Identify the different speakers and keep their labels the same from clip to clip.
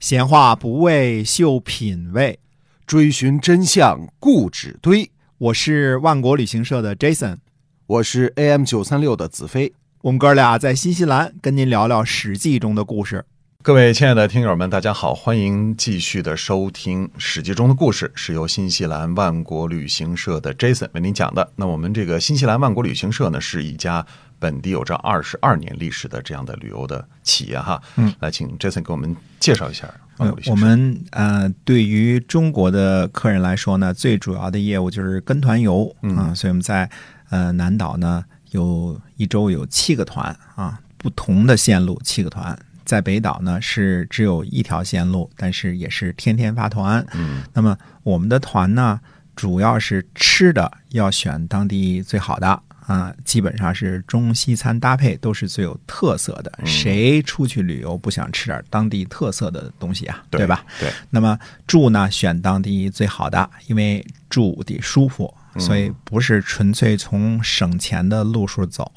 Speaker 1: 闲话不为秀品味，
Speaker 2: 追寻真相固执堆。
Speaker 1: 我是万国旅行社的 Jason，
Speaker 2: 我是 AM 九三六的子飞。
Speaker 1: 我们哥俩在新西兰跟您聊聊《史记》中的故事。
Speaker 2: 各位亲爱的听友们，大家好，欢迎继续的收听《史记》中的故事，是由新西兰万国旅行社的 Jason 为您讲的。那我们这个新西兰万国旅行社呢，是一家本地有着二十二年历史的这样的旅游的企业哈。
Speaker 1: 嗯，
Speaker 2: 来请 Jason 给我们介绍一下万
Speaker 1: 嗯
Speaker 2: 国啊旅，
Speaker 1: 我
Speaker 2: 行社。
Speaker 1: 们呃，对于中国的客人来说呢，最主要的业务就是跟团游
Speaker 2: 嗯
Speaker 1: 啊、所以我们在呃南岛呢有一周有七个团啊，不同的线路七个团。在北岛呢是只有一条线路，但是也是天天发团。
Speaker 2: 嗯
Speaker 1: 那么我们的团呢，主要是吃的要选当地最好的啊，基本上是中西餐搭配都是最有特色的。谁出去旅游不想吃点当地特色的东西啊？
Speaker 2: 对
Speaker 1: 对吧？
Speaker 2: 对。
Speaker 1: 那么住呢，选当地最好的，因为住得舒服。所以不是纯粹从省钱的路数走，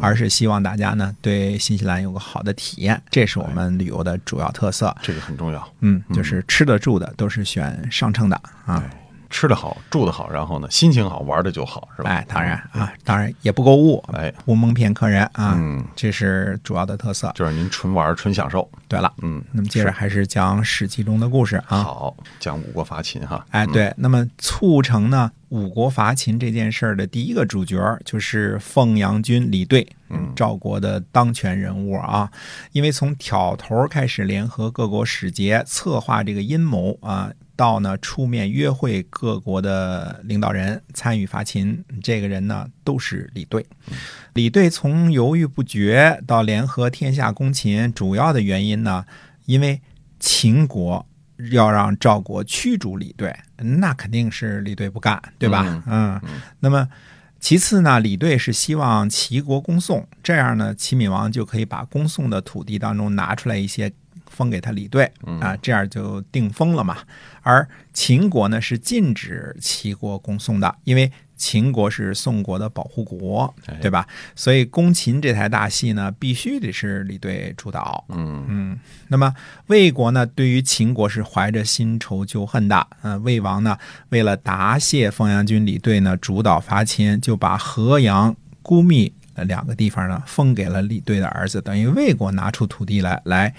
Speaker 1: 而是希望大家呢对新西兰有个好的体验，这是我们旅游的主要特色。
Speaker 2: 这个很重要，
Speaker 1: 嗯，就是吃的住的都是选上乘的啊。
Speaker 2: 吃得好，住得好，然后呢，心情好，玩的就好，是吧？
Speaker 1: 哎，当然啊，当然也不购物，
Speaker 2: 哎，
Speaker 1: 不蒙骗客人啊，
Speaker 2: 嗯
Speaker 1: 这是主要的特色。
Speaker 2: 就是您纯玩纯享受。
Speaker 1: 对了，
Speaker 2: 嗯，
Speaker 1: 那么接着还是讲《史记》中的故事啊。
Speaker 2: 好，讲五国伐秦哈。
Speaker 1: 哎，对，那么促成呢五国伐秦这件事儿的第一个主角儿就是凤阳君李兑，嗯，赵国的当权人物啊。因为从挑头儿开始联合各国使节策划这个阴谋啊，到呢出面约会各国的领导人参与伐秦，这个人呢都是李兑。李兑从犹豫不决到联合天下攻秦，主要的原因呢，因为秦国要让赵国驱逐李兑，那肯定是李兑不干，对吧？嗯，那么。其次呢，李兑是希望齐国公送，这样呢，齐闵王就可以把公送的土地当中拿出来一些封给他李兑啊，这样就定封了嘛。而秦国呢是禁止齐国攻宋的，因为秦国是宋国的保护国，对吧？所以攻秦这台大戏呢，必须得是李兑主导。
Speaker 2: 嗯
Speaker 1: 那么魏国呢，对于秦国是怀着新仇旧恨的。嗯、魏王呢，为了答谢凤阳君李兑呢，主导伐秦，就把河阳、孤密呃两个地方呢，封给了李兑的儿子，等于魏国拿出土地来来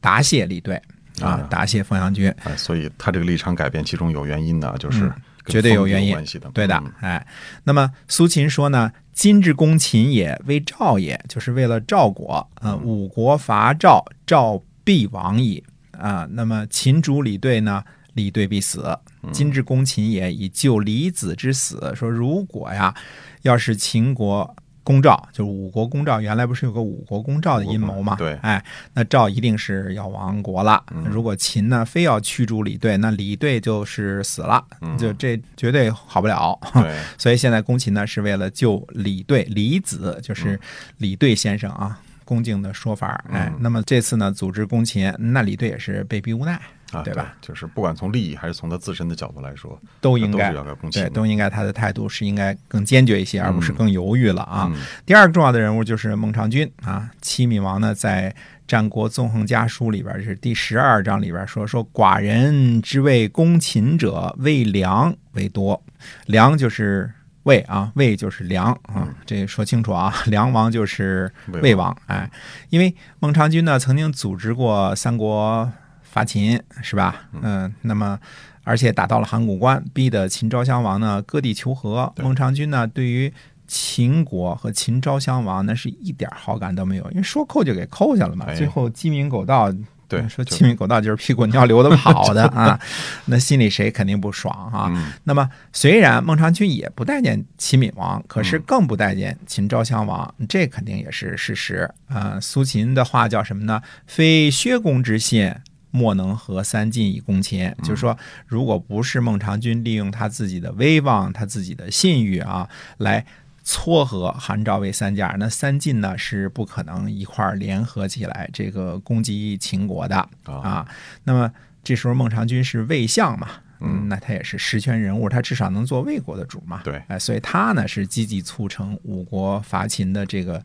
Speaker 1: 答谢李兑啊，答谢凤阳君。
Speaker 2: 哎，所以他这个立场改变，其中有原因的，就是
Speaker 1: 嗯
Speaker 2: 跟
Speaker 1: 绝对有
Speaker 2: 风
Speaker 1: 原因
Speaker 2: 关系的，
Speaker 1: 对的
Speaker 2: 嗯，
Speaker 1: 哎，那么苏秦说呢，今之攻秦也，为赵也，就是为了赵国。呃，
Speaker 2: 嗯
Speaker 1: 五国伐赵，赵必亡矣。啊、那么秦主李兑呢，李兑必死。
Speaker 2: 嗯
Speaker 1: 今之攻秦也，以救李子之死。说如果呀，要是秦国公赵，就是五国公赵，原来不是有个五国公赵的阴谋吗？
Speaker 2: 五国公对
Speaker 1: 哎，那赵一定是要亡国了。
Speaker 2: 嗯
Speaker 1: 如果秦呢非要驱逐李兑，那李兑就是死了，
Speaker 2: 嗯
Speaker 1: 就这绝对好不了。
Speaker 2: 对，
Speaker 1: 所以现在攻秦呢是为了救李兑，李子就是
Speaker 2: 嗯
Speaker 1: 李兑先生啊。恭敬的说法，哎，那么这次呢，组织攻秦，那李兑也是被逼无奈，
Speaker 2: 啊，
Speaker 1: 对吧？？
Speaker 2: 就是不管从利益还是从他自身的角度来说，
Speaker 1: 都应
Speaker 2: 那
Speaker 1: 该
Speaker 2: 都是要该攻
Speaker 1: 对，
Speaker 2: 秦嗯的。
Speaker 1: 都应该他的态度是应该更坚决一些，而不是更犹豫了啊。第二个重要的人物就是孟尝君啊，齐闵王呢在《战国纵横家书》里边是第十二章里边说说寡人之谓攻秦者，为良为多，良就是。魏啊，魏就是梁啊，这说清楚啊，梁王就是魏
Speaker 2: 魏
Speaker 1: 王，哎，因为孟尝君呢曾经组织过三国伐秦，是吧？嗯，那么而且打到了函谷关，逼得秦昭襄王呢割地求和。
Speaker 2: 对
Speaker 1: 孟尝君呢，对于秦国和秦昭襄王那是一点好感都没有，因为说扣就给扣下了嘛。
Speaker 2: 哎
Speaker 1: 最后鸡鸣狗盗，
Speaker 2: 对
Speaker 1: 嗯说
Speaker 2: 就
Speaker 1: 鸡鸣狗盗就是屁股尿流的跑 的啊，那心里谁肯定不爽啊。
Speaker 2: 嗯
Speaker 1: 那么虽然孟尝君也不待见齐闵王，可
Speaker 2: 嗯
Speaker 1: 是更不待见秦昭襄王，这肯定也是事实啊、呃苏秦的话叫什么呢？非薛公之信。莫能和三晋以攻秦，
Speaker 2: 嗯
Speaker 1: 就是说，如果不是孟尝君利用他自己的威望、他自己的信誉啊，来撮合韩赵魏三家，那三晋呢是不可能一块儿联合起来这个攻击秦国的啊。那么这时候孟尝君是魏相嘛，嗯，那他也是实权人物，他至少能做魏国的主嘛，
Speaker 2: 对
Speaker 1: 哎，所以他呢是积极促成五国伐秦的这个。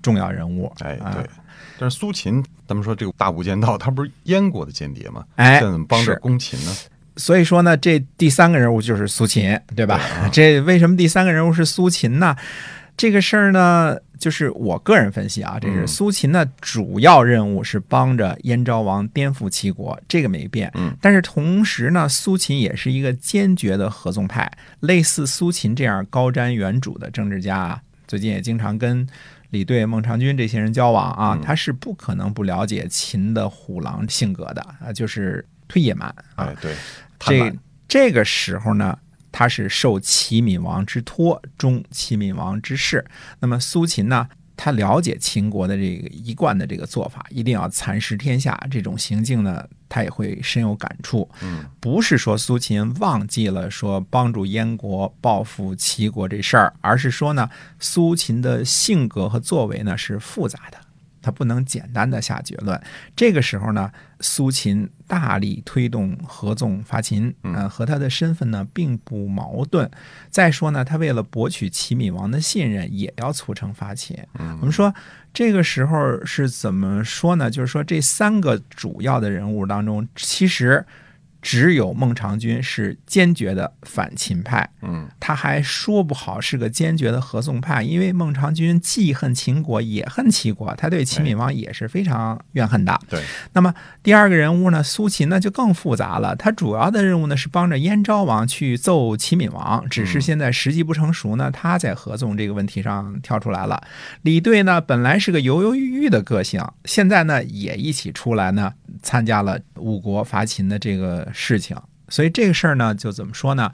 Speaker 1: 重要人物。
Speaker 2: 哎，
Speaker 1: 啊
Speaker 2: 对。但是苏秦，咱们说这个大无间道，他不是燕国的间谍吗？
Speaker 1: 哎
Speaker 2: 现在怎么帮着
Speaker 1: 是
Speaker 2: 攻秦呢？
Speaker 1: 所以说呢，这第三个人物就是苏秦，对吧？
Speaker 2: 啊
Speaker 1: 这为什么第三个人物是苏秦呢？这个事儿呢，就是我个人分析啊，这是
Speaker 2: 嗯
Speaker 1: 苏秦的主要任务是帮着燕昭王颠覆齐国，这个没变。
Speaker 2: 嗯，
Speaker 1: 但是同时呢，苏秦也是一个坚决的合纵派，类似苏秦这样高瞻远瞩的政治家啊，最近也经常跟李队、孟尝君这些人交往
Speaker 2: 嗯
Speaker 1: 啊，他是不可能不了解秦的虎狼性格的啊，就是忒野蛮啊。
Speaker 2: 哎，对，贪婪
Speaker 1: 这这个时候呢，他是受齐闵王之托，忠齐闵王之事。那么苏秦呢，他了解秦国的这个一贯的这个做法，一定要蚕食天下这种行径呢，他也会深有感触。
Speaker 2: 嗯，
Speaker 1: 不是说苏秦忘记了说帮助燕国报复齐国这事儿，而是说呢，苏秦的性格和作为呢是复杂的。他不能简单的下结论。这个时候呢，苏秦大力推动合纵伐秦，
Speaker 2: 嗯
Speaker 1: 呃，和他的身份呢并不矛盾。再说呢，他为了博取齐闵王的信任，也要促成伐秦。我们说这个时候是怎么说呢？就是说这三个主要的人物当中，其实只有孟尝君是坚决的反秦派，
Speaker 2: 嗯，
Speaker 1: 他还说不好是个坚决的合纵派，因为孟尝君既恨秦国也恨齐国，他对齐闵王也是非常怨恨的。
Speaker 2: 对，
Speaker 1: 那么第二个人物呢，苏秦呢就更复杂了，他主要的任务呢是帮着燕昭王去揍齐闵王，只是现在时机不成熟呢，他在合纵这个问题上跳出来了。李队呢本来是个犹犹豫豫的个性，现在呢也一起出来呢参加了五国伐秦的这个事情，所以这个事儿呢就怎么说呢？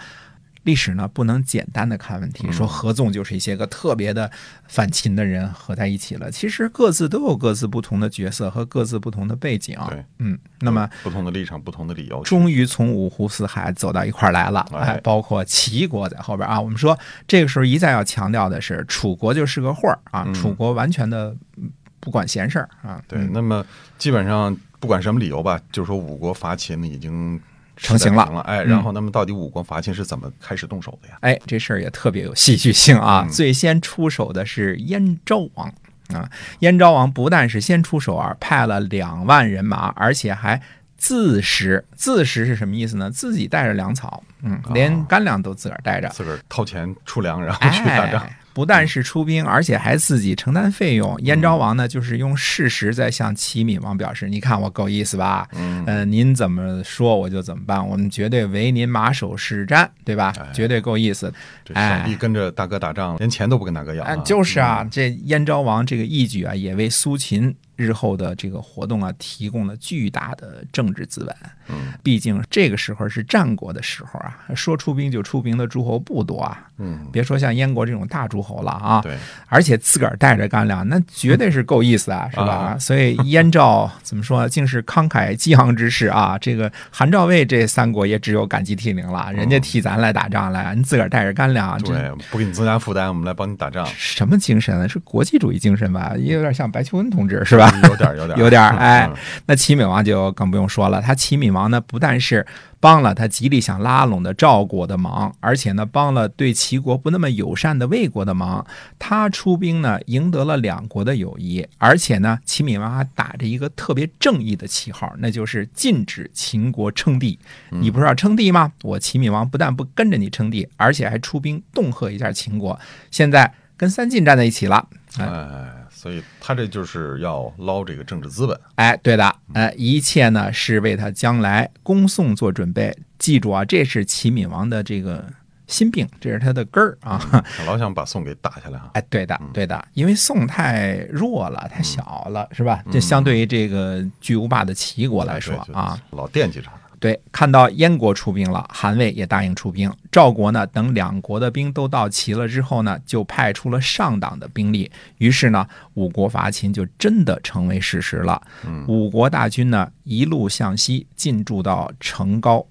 Speaker 1: 历史呢不能简单的看问题，说合纵就是一些个特别的反秦的人合在一起了。其实各自都有各自不同的角色和各自不同的背景。
Speaker 2: 对，
Speaker 1: 嗯，那么
Speaker 2: 不同的立场，不同的理由，
Speaker 1: 终于从五湖四海走到一块儿来了，
Speaker 2: 哎
Speaker 1: 哎，包括齐国在后边啊。我们说这个时候一再要强调的是，楚国就是个混儿啊，楚国完全的嗯不管闲事儿啊，
Speaker 2: 嗯对，
Speaker 1: 嗯
Speaker 2: 那么基本上不管什么理由吧，就是说五国伐秦已经
Speaker 1: 成型了嗯
Speaker 2: 了。哎，然后那么到底五国伐秦是怎么开始动手的呀？
Speaker 1: 哎，这事儿也特别有戏剧性啊！
Speaker 2: 嗯
Speaker 1: 最先出手的是燕昭王啊，燕昭王不但是先出手啊，派了两万人马，而且还自食。自食是什么意思呢？自己带着粮草，嗯，
Speaker 2: 啊
Speaker 1: 连干粮都自个儿带着，
Speaker 2: 自个儿掏钱出粮，然后
Speaker 1: 啊哎，
Speaker 2: 去打仗。
Speaker 1: 不但是出兵，而且还自己承担费用。
Speaker 2: 嗯
Speaker 1: 燕昭王呢，就是用事实在向齐闵王表示：“你看我够意思吧？
Speaker 2: 嗯
Speaker 1: 呃，您怎么说我就怎么办，我们绝对为您马首是瞻，对吧？
Speaker 2: 哎
Speaker 1: 绝对够意思。”
Speaker 2: 这
Speaker 1: 哎
Speaker 2: 小弟跟着大哥打仗，连钱都不跟大哥要
Speaker 1: 啊
Speaker 2: 啊，，
Speaker 1: 就是啊，这燕昭王这个义举啊，也为苏秦日后的这个活动啊提供了巨大的政治资本。
Speaker 2: 嗯，
Speaker 1: 毕竟这个时候是战国的时候啊，说出兵就出兵的诸侯不多啊，
Speaker 2: 嗯，
Speaker 1: 别说像燕国这种大诸侯了啊。
Speaker 2: 对，
Speaker 1: 而且自个儿带着干粮，那绝对是够意思啊，是吧
Speaker 2: 啊？
Speaker 1: 所以燕赵怎么说，竟是慷慨激昂之士啊！这个韩赵魏这三国也只有感激涕零了，人家替咱来打仗来，你自个儿带着干粮，这
Speaker 2: 嗯对，不给你增加负担，我们来帮你打仗，
Speaker 1: 什么精神啊？是国际主义精神吧？也有点像白求恩同志是吧？
Speaker 2: 有点儿，有点儿，
Speaker 1: 有点儿
Speaker 2: 嗯
Speaker 1: 哎，那齐闵王就更不用说了，他齐闵王呢，不但是帮了他极力想拉拢的赵国的忙，而且呢，帮了对齐国不那么友善的魏国的忙。他出兵呢，赢得了两国的友谊，而且呢，齐闵王还打着一个特别正义的旗号，那就是禁止秦国称帝。
Speaker 2: 嗯
Speaker 1: 你不是要称帝吗？我齐闵王不但不跟着你称帝，而且还出兵恫吓一下秦国。现在跟三晋站在一起了。哎
Speaker 2: 哎，所以他这就是要捞这个政治资本，
Speaker 1: 哎，对的，呃，一切呢是为他将来恭送做准备。记住啊，这是齐闵王的这个心病，这是他的根儿啊。
Speaker 2: 他老想把宋给打下来啊。
Speaker 1: 哎，对的，对的，因为宋太弱了，
Speaker 2: 嗯
Speaker 1: 太小了，是吧？这相对于这个巨无霸的齐国来说
Speaker 2: 哎嗯对就
Speaker 1: 啊，
Speaker 2: 老惦记着他。
Speaker 1: 对，看到燕国出兵了，韩魏也答应出兵。赵国呢，等两国的兵都到齐了之后呢，就派出了上党的兵力。于是呢，五国伐秦就真的成为事实了。五国大军呢，一路向西进驻到成皋。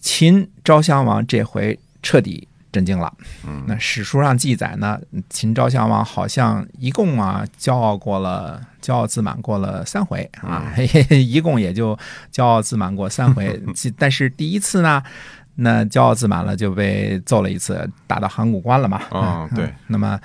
Speaker 1: 秦昭襄王这回彻底震惊了。
Speaker 2: 嗯
Speaker 1: 那史书上记载呢，秦昭襄王好像一共啊骄傲过了，骄傲自满过了三回
Speaker 2: 嗯
Speaker 1: 啊，一共也就骄傲自满过三回。其但是第一次呢，那骄傲自满了就被揍了一次，打到函谷关了嘛。
Speaker 2: 啊对
Speaker 1: 嗯那么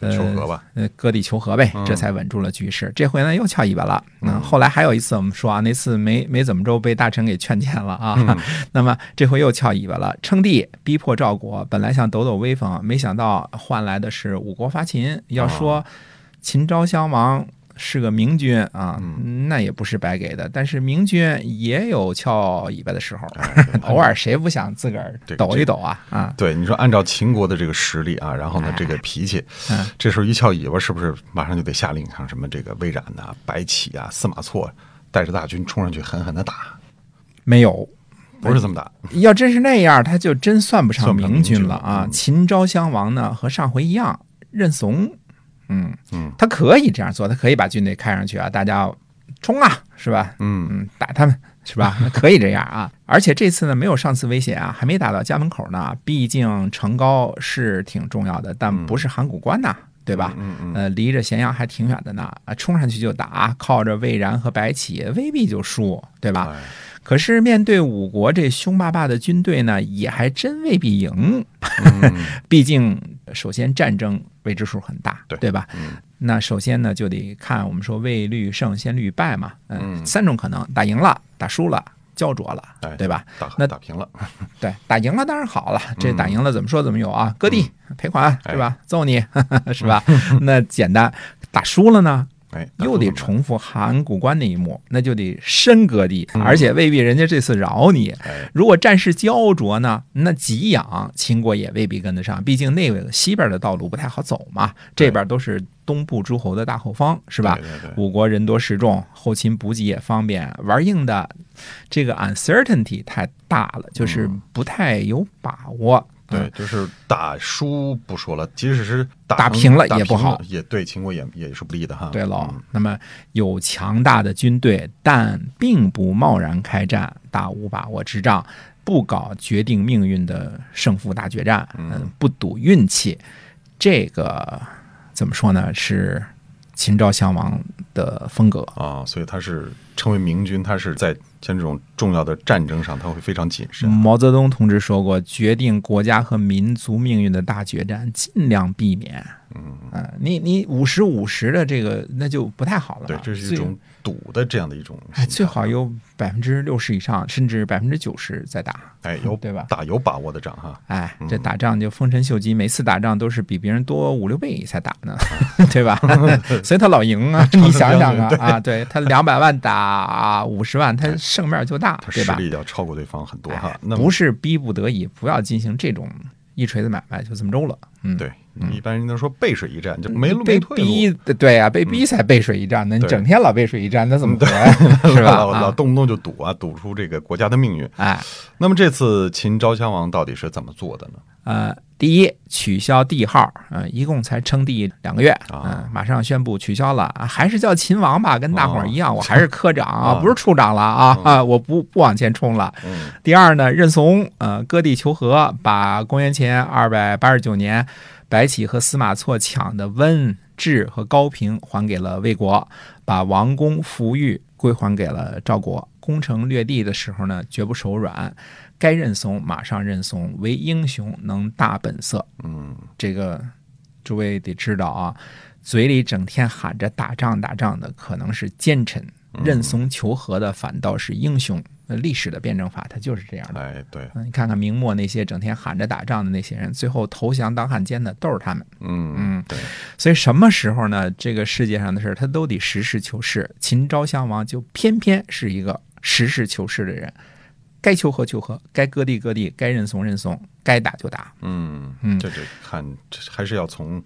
Speaker 2: 就求和吧。
Speaker 1: 呃，割地求和呗
Speaker 2: 嗯，
Speaker 1: 这才稳住了局势。这回呢，又翘尾巴了。那、后来还有一次，我们说啊，那次没没怎么着被大臣给劝谏了啊。
Speaker 2: 嗯
Speaker 1: 那么这回又翘尾巴了，称帝逼迫赵国，本来想抖抖威风，没想到换来的是五国伐秦。要
Speaker 2: 啊
Speaker 1: 说秦昭襄王。是个明君啊，
Speaker 2: 嗯
Speaker 1: 那也不是白给的。但是明君也有翘尾巴的时候，
Speaker 2: 哎
Speaker 1: 偶尔谁不想自个儿
Speaker 2: 这个
Speaker 1: 抖一抖啊？啊，
Speaker 2: 对，你说按照秦国的这个实力啊，然后呢，这个脾气，
Speaker 1: 哎嗯
Speaker 2: 这时候一翘尾巴，是不是马上就得下令像什么这个魏冉呐、白起啊、司马错带着大军冲上去狠狠的打？
Speaker 1: 没有，
Speaker 2: 不是这么打，
Speaker 1: 要真是那样，他就真算不上
Speaker 2: 算不上
Speaker 1: 明君
Speaker 2: 明君
Speaker 1: 了啊！
Speaker 2: 嗯
Speaker 1: 秦昭襄王呢，和上回一样认怂，嗯
Speaker 2: 嗯，
Speaker 1: 他可以这样做，他可以把军队开上去啊，大家冲啊，是吧？
Speaker 2: 嗯，
Speaker 1: 嗯，打他们是 吧？可以这样啊！而且这次呢，没有上次危险啊，还没打到家门口呢。毕竟成皋是挺重要的，但不是函谷关呐、对吧？
Speaker 2: 嗯嗯
Speaker 1: 呃，离着咸阳还挺远的呢，啊，冲上去就打，靠着魏然和白起，未必就输，对吧？
Speaker 2: 哎
Speaker 1: 可是面对五国这凶巴巴的军队呢，也还真未必赢。
Speaker 2: 嗯
Speaker 1: 毕竟，首先战争未知数很大，
Speaker 2: 对
Speaker 1: 吧？ 那首先呢，就得看我们说未虑胜先虑败嘛，嗯，三种可能：打赢了、打输了、焦灼了
Speaker 2: 哎，
Speaker 1: 对吧？
Speaker 2: 打
Speaker 1: 那
Speaker 2: 打平了，
Speaker 1: 对，打赢了当然好了，这打赢了怎么说怎么有啊，割地赔款
Speaker 2: 嗯哎
Speaker 1: 是吧？揍 你是吧？那简单。打输了呢，
Speaker 2: 哎，
Speaker 1: 又得
Speaker 2: 冲，
Speaker 1: 重复函谷关那一幕，那就得深割地，
Speaker 2: 嗯
Speaker 1: 而且未必人家这次饶你。
Speaker 2: 哎，
Speaker 1: 如果战事焦灼呢，那给养秦国也未必跟得上，毕竟那个西边的道路不太好走嘛，这边都是东部诸侯的大后方，是
Speaker 2: 对
Speaker 1: 吧？
Speaker 2: 对对，
Speaker 1: 五国人多势众，后勤补给也方便，玩硬的这个 uncertainty 太大了，就是
Speaker 2: 嗯
Speaker 1: 不太有把握。嗯
Speaker 2: 对，就是打输不说了，即使是打
Speaker 1: 打
Speaker 2: 成
Speaker 1: 平了
Speaker 2: 打
Speaker 1: 也不好
Speaker 2: 也对秦国也也是不利的哈。
Speaker 1: 对喽，那么有强大的军队，但并不贸然开战，打无把握之仗，不搞决定命运的胜负大决战，嗯，不赌运气，这个怎么说呢？是秦昭襄王的风格。
Speaker 2: 啊，所以他是称为明君，他是在像这种重要的战争上，他会非常谨慎。
Speaker 1: 毛泽东同志说过，决定国家和民族命运的大决战，尽量避免。嗯、你你五十五十的这个，那就不太好了嘛。
Speaker 2: 对，这是一
Speaker 1: 最
Speaker 2: 种赌的这样的一种
Speaker 1: 哎，
Speaker 2: 心态，
Speaker 1: 最好有百分之六十以上，甚至百分之九十再打。
Speaker 2: 哎有
Speaker 1: 对吧
Speaker 2: 打有把握的仗哈，
Speaker 1: 哎，这
Speaker 2: 嗯
Speaker 1: 打仗就丰臣秀吉，每次打仗都是比别人多五六倍才打呢，
Speaker 2: 啊
Speaker 1: 对 吧？所以他老赢啊，你想想啊，啊，对他两百万打五十万，他胜面就大
Speaker 2: 他，
Speaker 1: 对
Speaker 2: 实
Speaker 1: 吧？
Speaker 2: 力要超过对方很多哈
Speaker 1: 哎。
Speaker 2: 那么
Speaker 1: 不是逼不得已，不要进行这种一锤子买卖，就这么着了。嗯，
Speaker 2: 对，一般人都说背水一战，就没路
Speaker 1: 被
Speaker 2: 没退路，嗯
Speaker 1: 逼，对呀、被逼才背水一战呢，你
Speaker 2: 对
Speaker 1: 整天老背水一战，那怎么活呀？ 是吧？
Speaker 2: 老老
Speaker 1: 啊
Speaker 2: 动不动就赌啊，赌出这个国家的命运。
Speaker 1: 哎，
Speaker 2: 那么这次秦昭襄王到底是怎么做的呢？
Speaker 1: 呃，第一取消帝号，嗯、一共才称帝两个月，嗯、
Speaker 2: 啊
Speaker 1: 马上宣布取消了，啊还是叫秦王吧，跟大伙儿一样，我还是科长啊，
Speaker 2: 啊
Speaker 1: 不是处长了啊，啊，我不不往前冲了。
Speaker 2: 嗯
Speaker 1: 第二呢，认怂，呃，割地求和，把公元前二百八十九年白起和司马错抢的温、质和高平还给了魏国，把王宫、福域归还给了赵国。攻城略地的时候呢，绝不手软，该认怂马上认怂，为英雄能大本色。
Speaker 2: 嗯，
Speaker 1: 这个诸位得知道啊，嘴里整天喊着打仗打仗的可能是奸臣，认怂求和的反倒是英雄。呃历史的辩证法它就是这样的。
Speaker 2: 哎对，
Speaker 1: 嗯，你看看明末那些整天喊着打仗的那些人，最后投降当汉奸的都是他们。
Speaker 2: 嗯
Speaker 1: 嗯，所以什么时候呢？这个世界上的事儿，他都得实事求是。秦昭襄王就偏偏是一个实事求是的人，该求和求和，该割地割地，该认怂认怂，该打就打。
Speaker 2: 嗯
Speaker 1: 嗯
Speaker 2: 这得看，这还是要从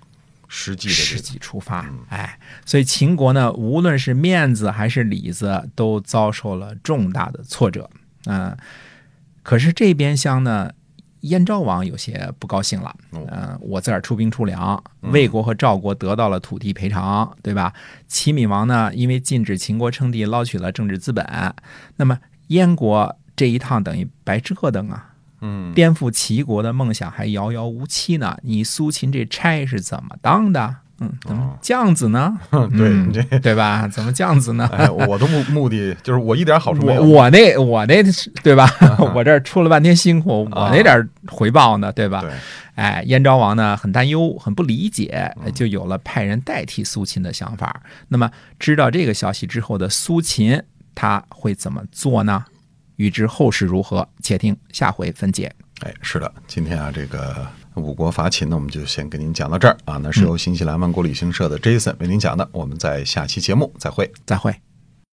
Speaker 2: 实际的这
Speaker 1: 实
Speaker 2: 个嗯
Speaker 1: 际出发，哎，所以秦国呢，无论是面子还是里子，都遭受了重大的挫折。嗯、可是这边厢呢，燕昭王有些不高兴了。
Speaker 2: 哦嗯
Speaker 1: 嗯、我这儿出兵出粮，魏国和赵国得到了土地赔偿，对吧？齐闵王呢，因为禁止秦国称帝，捞取了政治资本。那么燕国这一趟等于白折腾啊。
Speaker 2: 嗯
Speaker 1: 颠覆齐国的梦想还遥遥无期呢。你苏秦这差是怎么当的？嗯，怎么酱子呢？
Speaker 2: 哦 对你这
Speaker 1: 嗯对吧？怎么酱子呢？
Speaker 2: 哎，我的目目的就是我一点好处
Speaker 1: 我
Speaker 2: 没有。啊
Speaker 1: 我那我那是对吧？ 我这儿出了半天辛苦，我那点儿回报呢，对吧？
Speaker 2: 对，
Speaker 1: 哎，燕昭王呢很担忧，很不理解，
Speaker 2: 嗯
Speaker 1: 就有了派人代替苏秦的想法。那么知道这个消息之后的苏秦，他会怎么做呢？欲知后事如何，且听下回分解。
Speaker 2: 哎，是的，今天啊，这个五国伐秦呢，我们就先跟您讲到这儿啊。那是由新西兰万国旅行社的 Jason 为您讲的，我们在下期节目再会。
Speaker 1: 再会。